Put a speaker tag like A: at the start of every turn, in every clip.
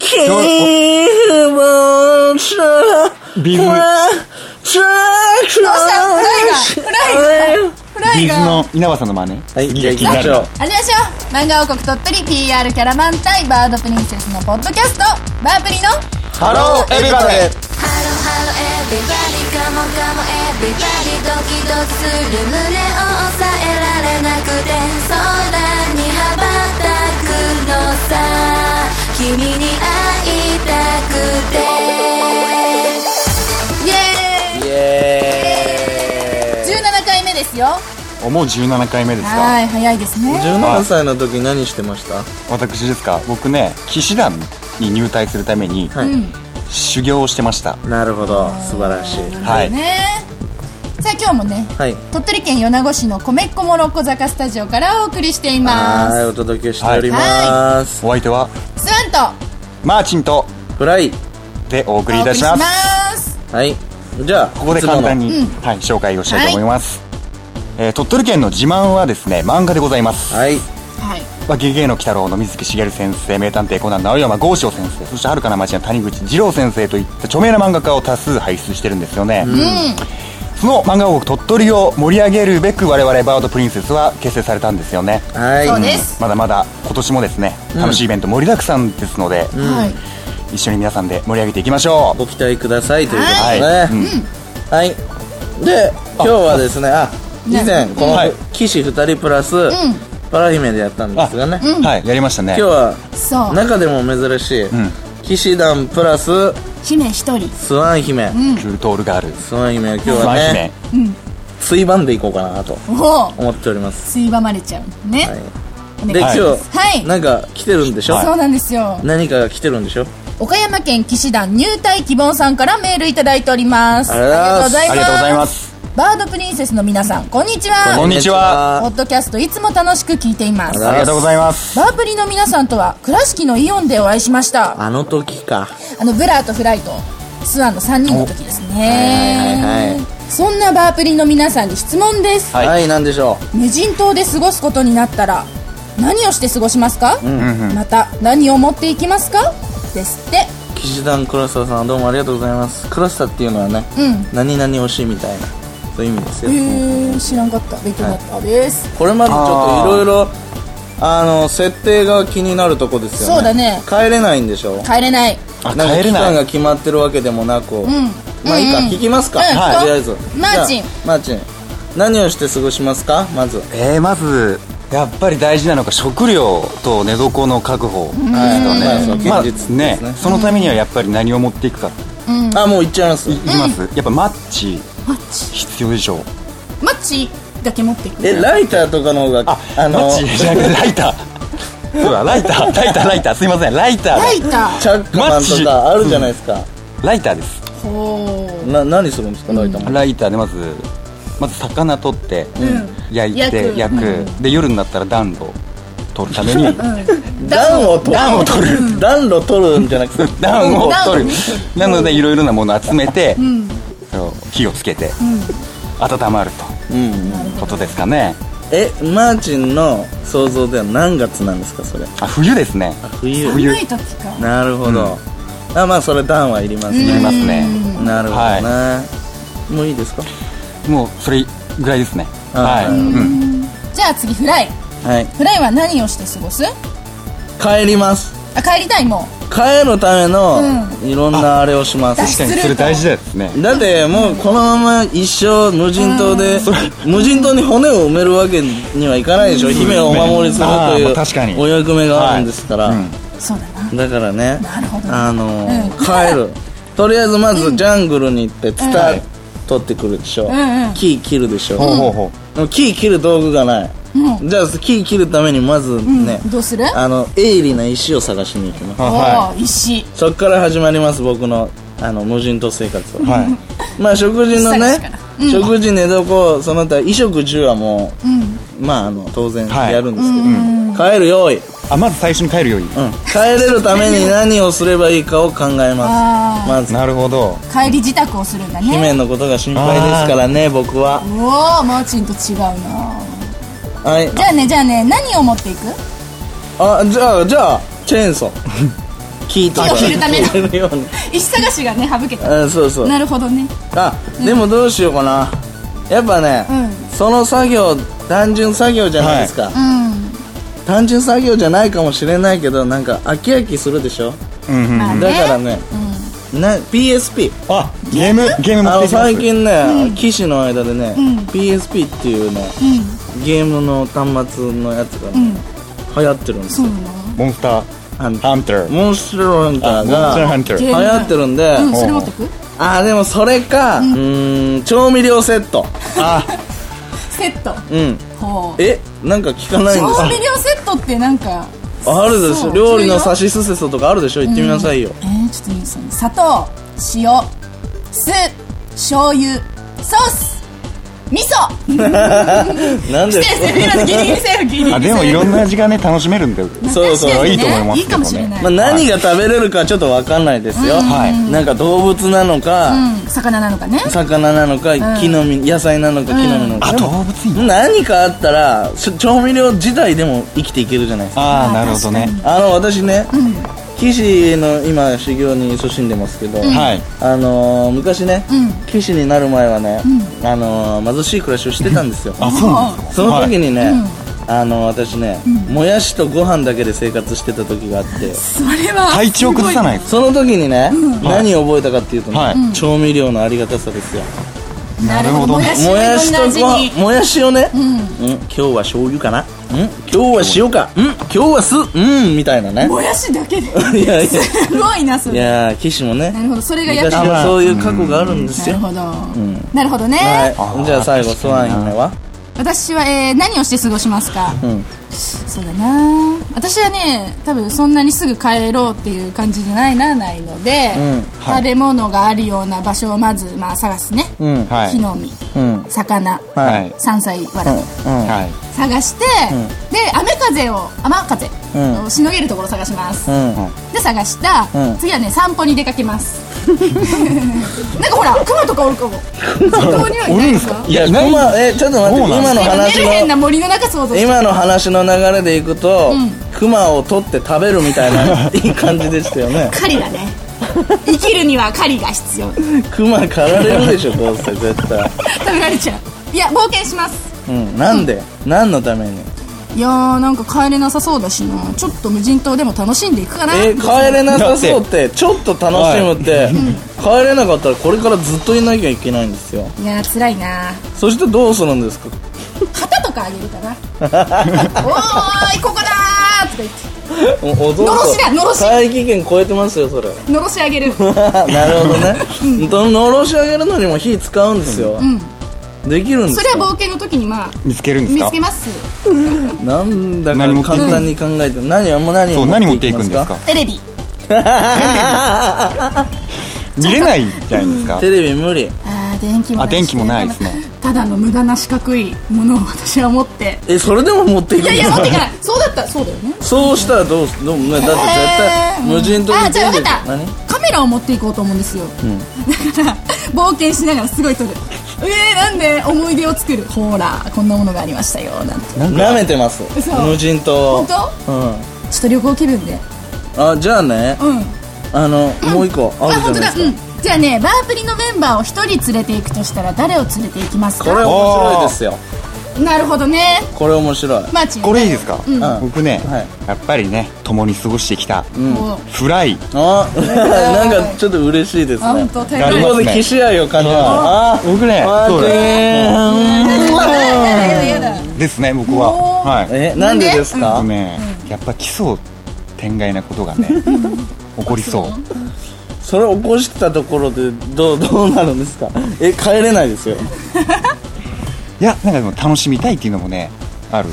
A: 幸もさ
B: ビーズ
A: さ
C: どうしたフライがフライがフライ
B: ビー
C: が
B: ズの稲葉さんの真似
A: はいじゃあ行きましょう
C: ありましょう漫画王国鳥取 PR キャラマン対バードプリンセスのポッドキャストバープリの
A: ハローエビバディ
D: Hello, hello, everybody, come on, come on, everybody ドキドキする胸を抑えられなくて空に羽ばたくのさ君に会いたくて
C: イエーイ
A: イエーイ
C: 17回目ですよ
B: おもう17回目ですか
C: はい早いですね
A: 17歳の時何してました
B: 私ですか僕ね騎士団に入隊するために
A: は
B: 修行をしてました
A: いなるほど素晴らしい
B: はい
C: ねさあ今日もね
A: はい
C: 鳥取県米子市の米っ子モロッコ坂スタジオからお送りしていま
A: はい
C: す
A: お届けしております
B: お相手は
C: スワンと
B: マーチンと
A: フライ
B: でお送り
C: お
B: い
C: 送
B: た
C: り
B: し
C: し
B: ま
C: ますす
A: はいじゃあ
B: ここで
A: いつもの
B: 簡単に、はい、紹介をしたいと思います、えー鳥取県の自慢はですね漫画でございます
A: はい
C: は
B: 「
C: い
B: ゲゲの鬼太郎」の水木しげる先生名探偵コナンの青山剛昌先生そして「遥かな町の谷口二郎先生」といった著名な漫画家を多数輩出してるんですよね、その漫画王国鳥取を盛り上げるべく我々バードプリンセスは結成されたんですよね
A: はい
C: そうです
B: まだまだ今年もですね楽しいイベント盛りだくさんですので、
C: はい
B: 一緒に皆さんで盛り上げていきましょう
A: ご期待くださいということ
B: はい、
A: です
B: う
A: ね
B: ん
A: はい、で今日はですねあ以前この、
B: はい
A: 騎士2人プラス、パラ姫でやったんですがね、今
B: はいやりましたね
A: 日は
C: そう
A: 中でも珍しい、
B: ん
A: 騎士団プラス
C: 姫一人
A: スワン姫、
B: クールトールガール
A: スワン姫は今日
B: ス
A: は
B: ワン
A: ね
B: 姫
A: ついばんでいこうかなと
C: おお
A: 思っております
C: ついばまれちゃうね
A: はい
C: お
A: で
C: 願い
A: 今
B: は
A: 日、
B: い
C: はい
A: なんか来てるんでしょ、
B: はい
C: そうなんですよ
A: 何かが来てるんでしょ
C: 岡山県騎士団入隊希望さんからメールいただいております
A: ありがとうござい
B: ありがとうございます
C: バードプリンセスの皆さんこんにちは
B: こんにちは
C: ポッドキャストいつも楽しく聞いています
A: あ
B: ありがとうございます
C: バープリの皆さんとは倉敷のイオンでお会いしました
A: あの時か
C: あのブラーとフライとスワンの3人の時ですね
A: おはいはいはいは
C: そんなバープリの皆さんに質問です、
A: は、
B: はいい
A: なんでしょ
C: 無人島で過ごすことになったら何をして過ごしますか、また何を持っていきますかですって
A: う騎士団クラスターさんどうもありがとうございますクラスターっていうのはね、
C: うん
A: 何々推しみたいなそういう意味ですよ、
C: へえ知らんかった勉強になったです、
A: これまでちょっといろいろあの設定が気になるとこですよね
C: そうだね
A: 帰れないんでしょ
C: 帰れない
B: あ
A: なんか
B: 帰れ
A: 期
B: な
A: 間
B: い
A: が決まってるわけでもなく、まあいいか、聞きますか、
C: うん
B: はい
A: とりあえず
C: マーチン
A: じゃあマーチン何をして過ごしますかまず
B: えー、まずやっぱり大事なのが食料と寝床の確保です
A: はいまあそう
B: よね,、
A: 現
B: まあ、
A: 実ですね,、
B: ねそのためにはやっぱり何を持っていくか
A: あもう行っちゃいます
B: いいきます、やっぱマッチ
C: マッチ
B: 必要でしょう
C: マッチだけ持っていく
A: えライターとかの方が
B: あマッチじゃなくてライターそうだライターライターライターすいませんライターだ
C: ライタ
A: チャックマンとかあるじゃないですか、
B: ライターです
C: ーほう
A: な何するんですかライターも、
B: ライターでまずまず魚取って、焼いて
C: 焼
B: 焼く、で夜になったら暖炉取るた めに、
A: 暖を取る
B: 暖を取る
A: 暖炉取るんじゃなくて
B: 暖を取る なのでいろいろなものを集めて、そう火をつけて、温まる
A: うんうん
B: とことですかね
A: えマーチンの想像では何月なんですかそれ
B: あ冬ですね
A: 冬
B: 冬
C: 寒い時か
A: なるほど、あまあそれ暖はいります
B: いり
A: ね、
B: ますね
A: なるほどね、もういいですか
B: もうそれぐらいですね
A: あ
B: はい、うん
C: じゃあ次フライ
A: はい
C: フライは何をして過ごす
A: 帰ります
C: あ帰りたいも
A: 帰るためのいろんなあれをしま
C: あ
A: す
B: 確かにそれ大事ですね
A: だってもうこのまま一生無人島で無人島に骨を埋めるわけにはいかないでしょ姫をお守りするとい
B: あーまあ
A: う
B: 確かに
A: お役目があるんですから、
B: はいうん
C: うそうだな
A: だからね
C: なるほど
A: あの
C: うん
A: ー 帰るとりあえずまずジャングルに行ってツタ取ってくるでしょ
C: んうん
A: 木切るでしょ
B: ほうほうほう
A: でも木切る道具がないじゃあ木切るためにまずね
C: どうする
A: あの鋭利な石を探しに行きます
B: あ
C: おお石
A: そっから始まります僕のあの無人島生活は
B: はい
A: まあ食事の
C: さっきか
A: ね
C: ら、
A: 食事寝床その他衣食住はもう、まああの当然
B: はい
A: やるんですけど、帰る用意、うん、
B: あまず最初に帰るように
A: 帰れるために何をすればいいかを考え
C: あ
A: ますまず
B: なるほど
C: 帰り自宅をするんだね
A: 姫のことが心配ですからね僕は
C: おおマーチンと違うな
A: はい
C: じゃあねじゃあね何を持っていく
A: あじゃあじゃあチェーンソー木とか
C: 木を切るための
A: 切るように
C: 石探しがね省けた
A: うんそうそう
C: なるほどね
A: あでもどうしようかなやっぱね、その作業単純作業じゃないですか、
C: うん
A: 単純作業じゃないかもしれないけどなんか飽き飽きするでしょ
B: うんうん
C: まあね
A: だからね、な PSP
B: あゲームゲーム持
A: あの
B: ってきます
A: 最近ね、棋士の間でね、PSP っていうね、ゲームの端末のやつがね、流行ってるんです
C: そう
A: よ
C: なの
B: モンスター
A: あの
B: ハンター
A: モンスターハンタ
B: あ
A: ー
B: モンスターハ
A: が
B: ンタ
C: ゲ
B: ー
A: 流行ってるんで、
C: うんそれ持っとく
A: あーでもそれか、うーん調味料セット
B: あ
C: セット
A: うん
C: ほう
A: えなんか聞かないんです
C: 調
A: か
C: 味料セットってなんか
A: あるでし
C: そ
A: ょ
C: う
A: 料理の
C: それ
A: さしすせそとかあるでしょ行ってみなさいよ、
C: えー、ちょっといいですね砂糖塩酢醤油ソース味噌
A: なん で
C: 先生今のギリギリセーフギリギリセーフ
B: あでもいろんな味がね楽しめるんだよ
A: そう
C: 確
A: そ
C: か
A: う
C: に
B: いいと思います
C: いいかもしれない、
A: まあ、何が食べれるかちょっとわかんないですよ、
B: はい
A: なんか動物なのか、
C: うん魚なのかね
A: 魚なのか、木の実野菜なのか木の実なのか、
B: あ動物園
A: 何かあったらし調味料自体でも生きていけるじゃないですか
B: ああなるほどね
A: あの私ね、騎士の今修行に勤しんでますけど、
B: はい
A: あのー昔ね、騎士になる前はね、あのー貧しい暮らしをしてたんですよ
B: あそうなんですか
A: その時にね、あの私ね、もやしとご飯だけで生活してた時があって
C: それは
B: 体調崩さないです
A: その時にね、何を覚えたかっていうとね、
B: はいうん
A: 調味料のありがたさですよ、
C: なるほども
B: な
C: や
B: る
C: し
A: も
C: も
A: や
C: や
A: し
C: し
A: と
C: と味
A: ご
C: に
A: 飯もやしをね、うん、今日は醤油かな、うん、今日は塩か、うん、今日は酢うんみたいなね
C: もやしだけで
A: いやいや
C: すごいなそ
A: い
C: れ
A: やー岸も
C: な
A: ね
C: るほどそれがやっ
A: 昔
C: てる
A: はそういう過去があるんです
C: なる
A: よ、
C: ほど、なるほどね、
A: はいじゃあ最後スワン姫は
C: 私は、えー何をして過ごしますか、
A: ん
C: そうだな私はね多分そんなにすぐ帰ろうっていう感じじゃないなないので、
B: はい
C: 食べ物があるような場所をまず、まあ、探すね、
A: うん
B: はい
C: 木の実
A: うん
C: 魚、
B: は
A: はい
B: い
C: 山菜わらび、
B: はい
C: 探して、で雨風を雨風をしのげるところを探します、
A: うん
C: で探した、
A: うん
C: 次はね散歩に出かけます なんかほらクマとかおるかもそこにはい
B: お
C: な
B: る
C: い
B: ん
C: ですす
B: か
C: か
A: いや
B: ない
A: 今えちょっと待って
B: そうな
A: 今
B: ん
A: の
B: で
C: なんかメ
A: 話
C: ルヘン
A: の
C: な森の中想像して
A: 今の話の流れでいくと、クマを取って食べるみたい ないい感じでしたよね
C: 狩りだね生きるには狩りが必要食
A: クマ狩られるでしょどうせ絶対
C: べられちゃういや冒険します
A: うんなんで、何のために
C: いやーなんか帰れなさそうだしなちょっと無人島でも楽しんでいくかな
A: え帰れなさそうってちょっと楽しむって、帰れなかったらこれからずっといなきゃいけないんですよ
C: いやー辛いな
A: そしてどうするんですか
C: 旗とかあげるかなおーいここだーとか言っ
A: おおどうぞ
C: のろしだのろし
A: 大気圏超えてますよそれ
C: てのろしあげる
A: なるほどね、ののろし上げるのにも火使うんですよ、できるんです
C: そ
A: か
C: れは冒険の時にまあ
B: 見つけるんです
C: 見
B: か
C: つけます
A: なんだか
B: 何持っていく
A: 簡単に考えて何を何
B: そ
A: を
B: う何持っていくんですか
C: テレビ
B: 見れないじゃないですか
A: テレビ無理
C: あー電気も
B: あ電気もないですね
C: ただの無駄な四角いものを私は持って
A: えそれでも持っていくん
C: いやい
A: で
C: や
A: す
C: 持っ
A: か
C: ていかないそうだったそうだよね
A: そうしたらどうすどうねだって絶
C: え
A: 対
C: ー
A: 無人島
C: あ
A: に
C: じゃあ
A: 出
C: 分か
A: て
C: った
A: 何
C: カメラを持っていこうと思うんですよ、だから冒険しながらすごい撮るえー、なんで思い出を作るほらこんなものがありましたよなんて
A: 舐めてます
C: 嘘
A: 無人島を
C: 本当
A: う
C: ちょっと旅行気分で
A: んあじゃあね
C: うんあ
A: あのもう一個ある
C: 本
A: じ
C: 当
A: ゃな
C: だ
A: いで
C: う
A: す
C: んじゃあねバープリのメンバーを一人連れていくとしたら誰を連れていきます
A: か
C: か
A: これ面白いですよ
C: なるほどね
A: これ面白い
C: マーチン
B: これいいですか
A: ん
B: 僕ね
A: はい
B: やっぱりね共に過ごしてきた
C: もう
B: フライ
A: あなんかちょっと嬉しいです
C: あ
A: ね
C: 本当頼り
A: ここで騎士愛を感じますあ
B: 僕ね
A: あ
B: そうだ
C: やだやだやだ
B: ですね僕は
C: おー
B: はい
A: えなんでです
B: あ
A: か
B: とねやっぱ奇想天外なことが ね起こりそう
A: それ起こしたところでどう どうなるんですかえ帰れないですよ
B: いやなんかでも楽しみたいっていうのもねある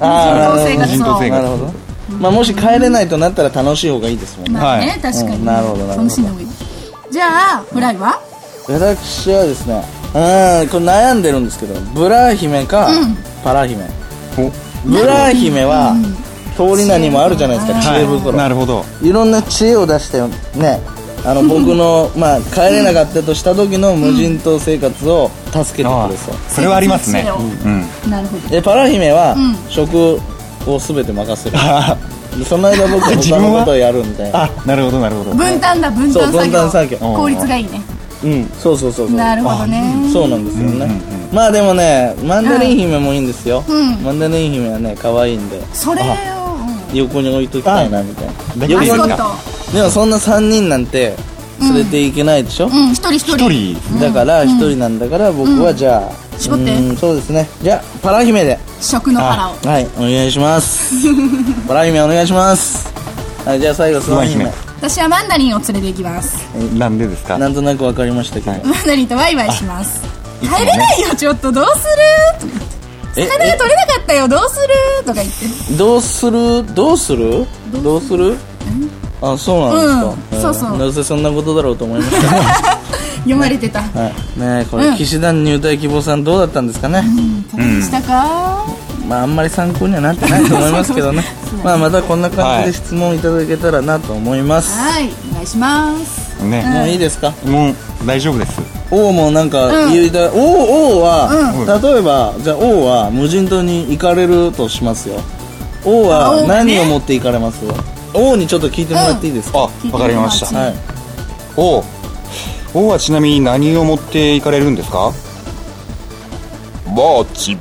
A: あ
C: 人
A: ー
C: 生
A: な
C: 活
A: るほ
B: 人島
A: ど
B: 生
A: なるほ
B: 活
A: どまあもし帰れないとなったら楽しい方がいいですもんね
C: まあ
B: は
C: ね
B: い
C: 確か
A: うん
C: に
A: なるほどなるほど
C: 楽しんでもいいじゃあフライは
A: 私はですねうんこれ悩んでるんですけどブラー姫かパラ姫
B: お
A: ブラー姫は通り名にもあるじゃないですか知恵
B: はい
A: 袋
B: なるほど
A: いろんな知恵を出してねあの僕のまあ帰れなかったとした時の無人島生活を助けてく
B: あ
A: れそう
B: ーそれはありますね
C: 生活知恵を
B: うん
C: なるほど
A: でパラ姫は
C: ん
A: 食を全て任せる
B: あ
A: でその間僕 は
B: 自
A: 他
B: 分
A: の
B: は
A: ことをやるんで
B: あなるほどなるほど
C: 分担だ分担
A: そう
C: 作業
A: 分担作業
C: 効率がいいね
A: うんそうそうそうそう
C: なるほどね
A: そうなんですよね、まあでもねマンダリン姫もいいんですよ、
C: うん
A: マンダリン姫はね可愛いんで
C: それを
A: 横に置いときたいなみたいな
B: よ
C: マ
B: く
C: ス
B: 言
C: コ
B: う
C: ッ
B: な
C: ト
A: でもそんな3人なんて連れていけないでしょ、
C: うん一人一
B: 一
C: 人
B: 人
A: だから一人なんだから僕はじゃあ、
C: 絞って
A: うんそうですねじゃあパラ姫で
C: 食の腹を
A: はいお願いします パラ姫お願いしますはいじゃあ最後スワン姫
B: スワン
C: 私はマンダリンを連れて行きます
B: なんでですか
A: なんとなくわかりましたけど、
B: はい
C: マンダリンとワイワイします
B: い
C: 帰
B: つもね
C: れないよちょっとどうする
A: え
C: 魚が取れなかったよどうするとか言って
A: えどうするどうするどうするあそうなんですか、
C: うんそうそう
A: どうせそんなことだろうと思 いました
C: 読まれてた
A: はい、ねえこれ、
C: うん
A: 騎士団入隊希望さんどうだったんですかね、
C: したか
A: まああんまり参考にはなってないと思いますけ どねまあまたこんな感じで質問いただけたらなと思います、
C: はいお願いします
B: ね
A: もういいですか
B: もう大丈夫です
A: 王もなんか言いたい、王王は、例えばじゃあ王は無人島に行かれるとしますよ王
C: あ王
A: は
C: ね
A: 何を持って行かれます王にちょっと聞いてもらっていいです
B: あ
A: か、
B: わかりました
A: はい
B: おうおうはちなみに何を持っていかれるんですかマーチ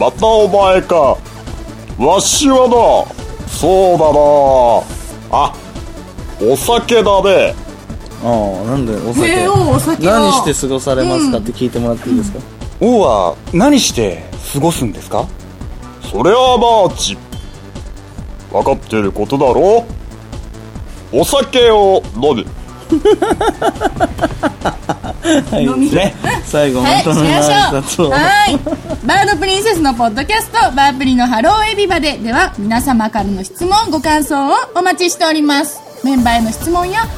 B: またお前かわしはなそうだなあお酒だね
A: ああなんでお酒、
C: えー王お酒は
A: 何して過ごされますかって聞いてもらっていいですか、
B: 王は何して過ごすんですかそれはマーチ分かっていることだろお酒を飲む
A: はい
C: 飲み
B: ね
A: 最後
C: は
A: ま
C: い、し
A: と
C: まし
A: めの挨
C: ょ
A: 拶
C: う。
A: を
C: はい。バードプリンセスのポッドキャスト、バープリのハローエビバででは、皆様からの質問、ご感想をお待ちしております。メンバーへの質問や、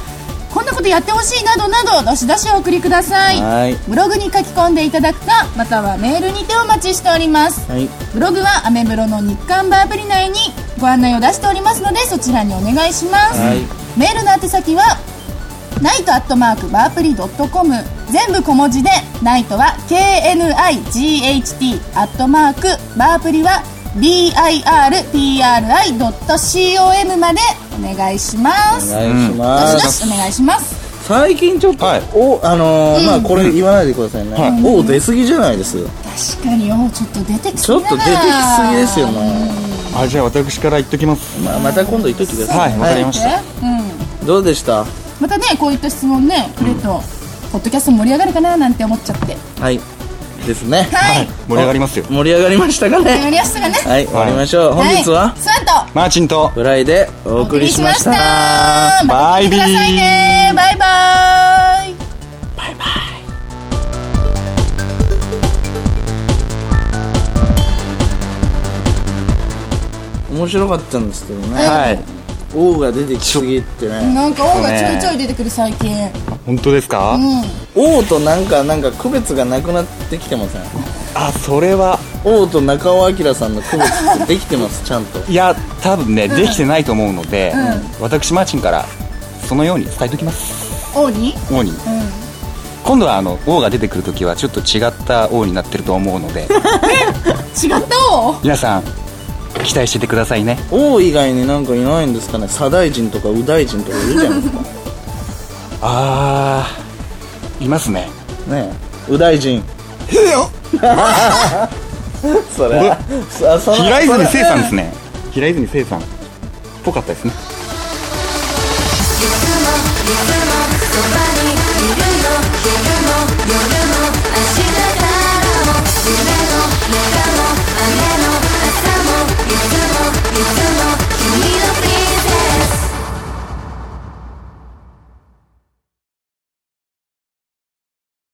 C: こんなことやってほしいなどなど、どしどしお送りください。
A: はい
C: ブログに書き込んでいただくか、またはメールにてお待ちしております。
A: はい
C: ブログはアメブロの日刊バープリ内にご案内を出しておりますのでそちらにお願いします、
A: はい
C: メールの宛先はナイトアットマークバープリドットコム全部小文字でナイトは KNIGHT アットマークバープリは BIRPRI.com までお願いします
A: お願いし
C: ど
A: ま
C: し
A: す
C: どしお願いします
A: 最近ちょっと、
B: はい
A: おあのーまあこれ言わないでくださいね、
B: はい
A: お出過ぎじゃないです
C: 確かにおちょっと出てきす
A: ちょ
C: ぎ
A: っと出てきすぎですよね、
B: あじゃあ私から言っときます
A: まあ、また今度言っといてください、
B: はいわかりました
C: うん
A: どうでした
C: またねこういった質問ねくれると、ポッドキャスト盛り上がるかななんて思っちゃって
A: はいですね
C: はい
B: 盛り上がりますよ
A: 盛り上がりましたか
C: や
A: ね
C: りましたかね
A: はい終わりましょう、本日は、
C: スワンと
B: マーチンと
A: フライでお送りしました
C: お送りしました
B: バイビー
C: また来てくださいねバイバイ
A: 面白かったんですけどね、
B: はい
A: 王が出てきすぎってね
C: なんか王がちょいちょい出てくる最近
B: 本当ですか、
C: う
A: 王
C: ん
A: となんかなんか区別がなくなってきてません
B: あそれは
A: 王と中尾明さんの区別ってできて ますちゃんと
B: いや多分ね、できてないと思うので、私マーチンからそのように伝えておきます
C: 王に
B: 王に
C: うん
B: 今度はあの王が出てくるときはちょっと違った王になってると思うので
C: 違った王
B: 皆さん期待しててくださいね
A: 王以外になんかいないんですかね左大臣とか右大臣とかいるじゃないですか
B: あーいますね
A: ねえ右大臣 それ そその
B: 平泉聖さんですね平泉聖さんっぽかったですね
D: いつもいつも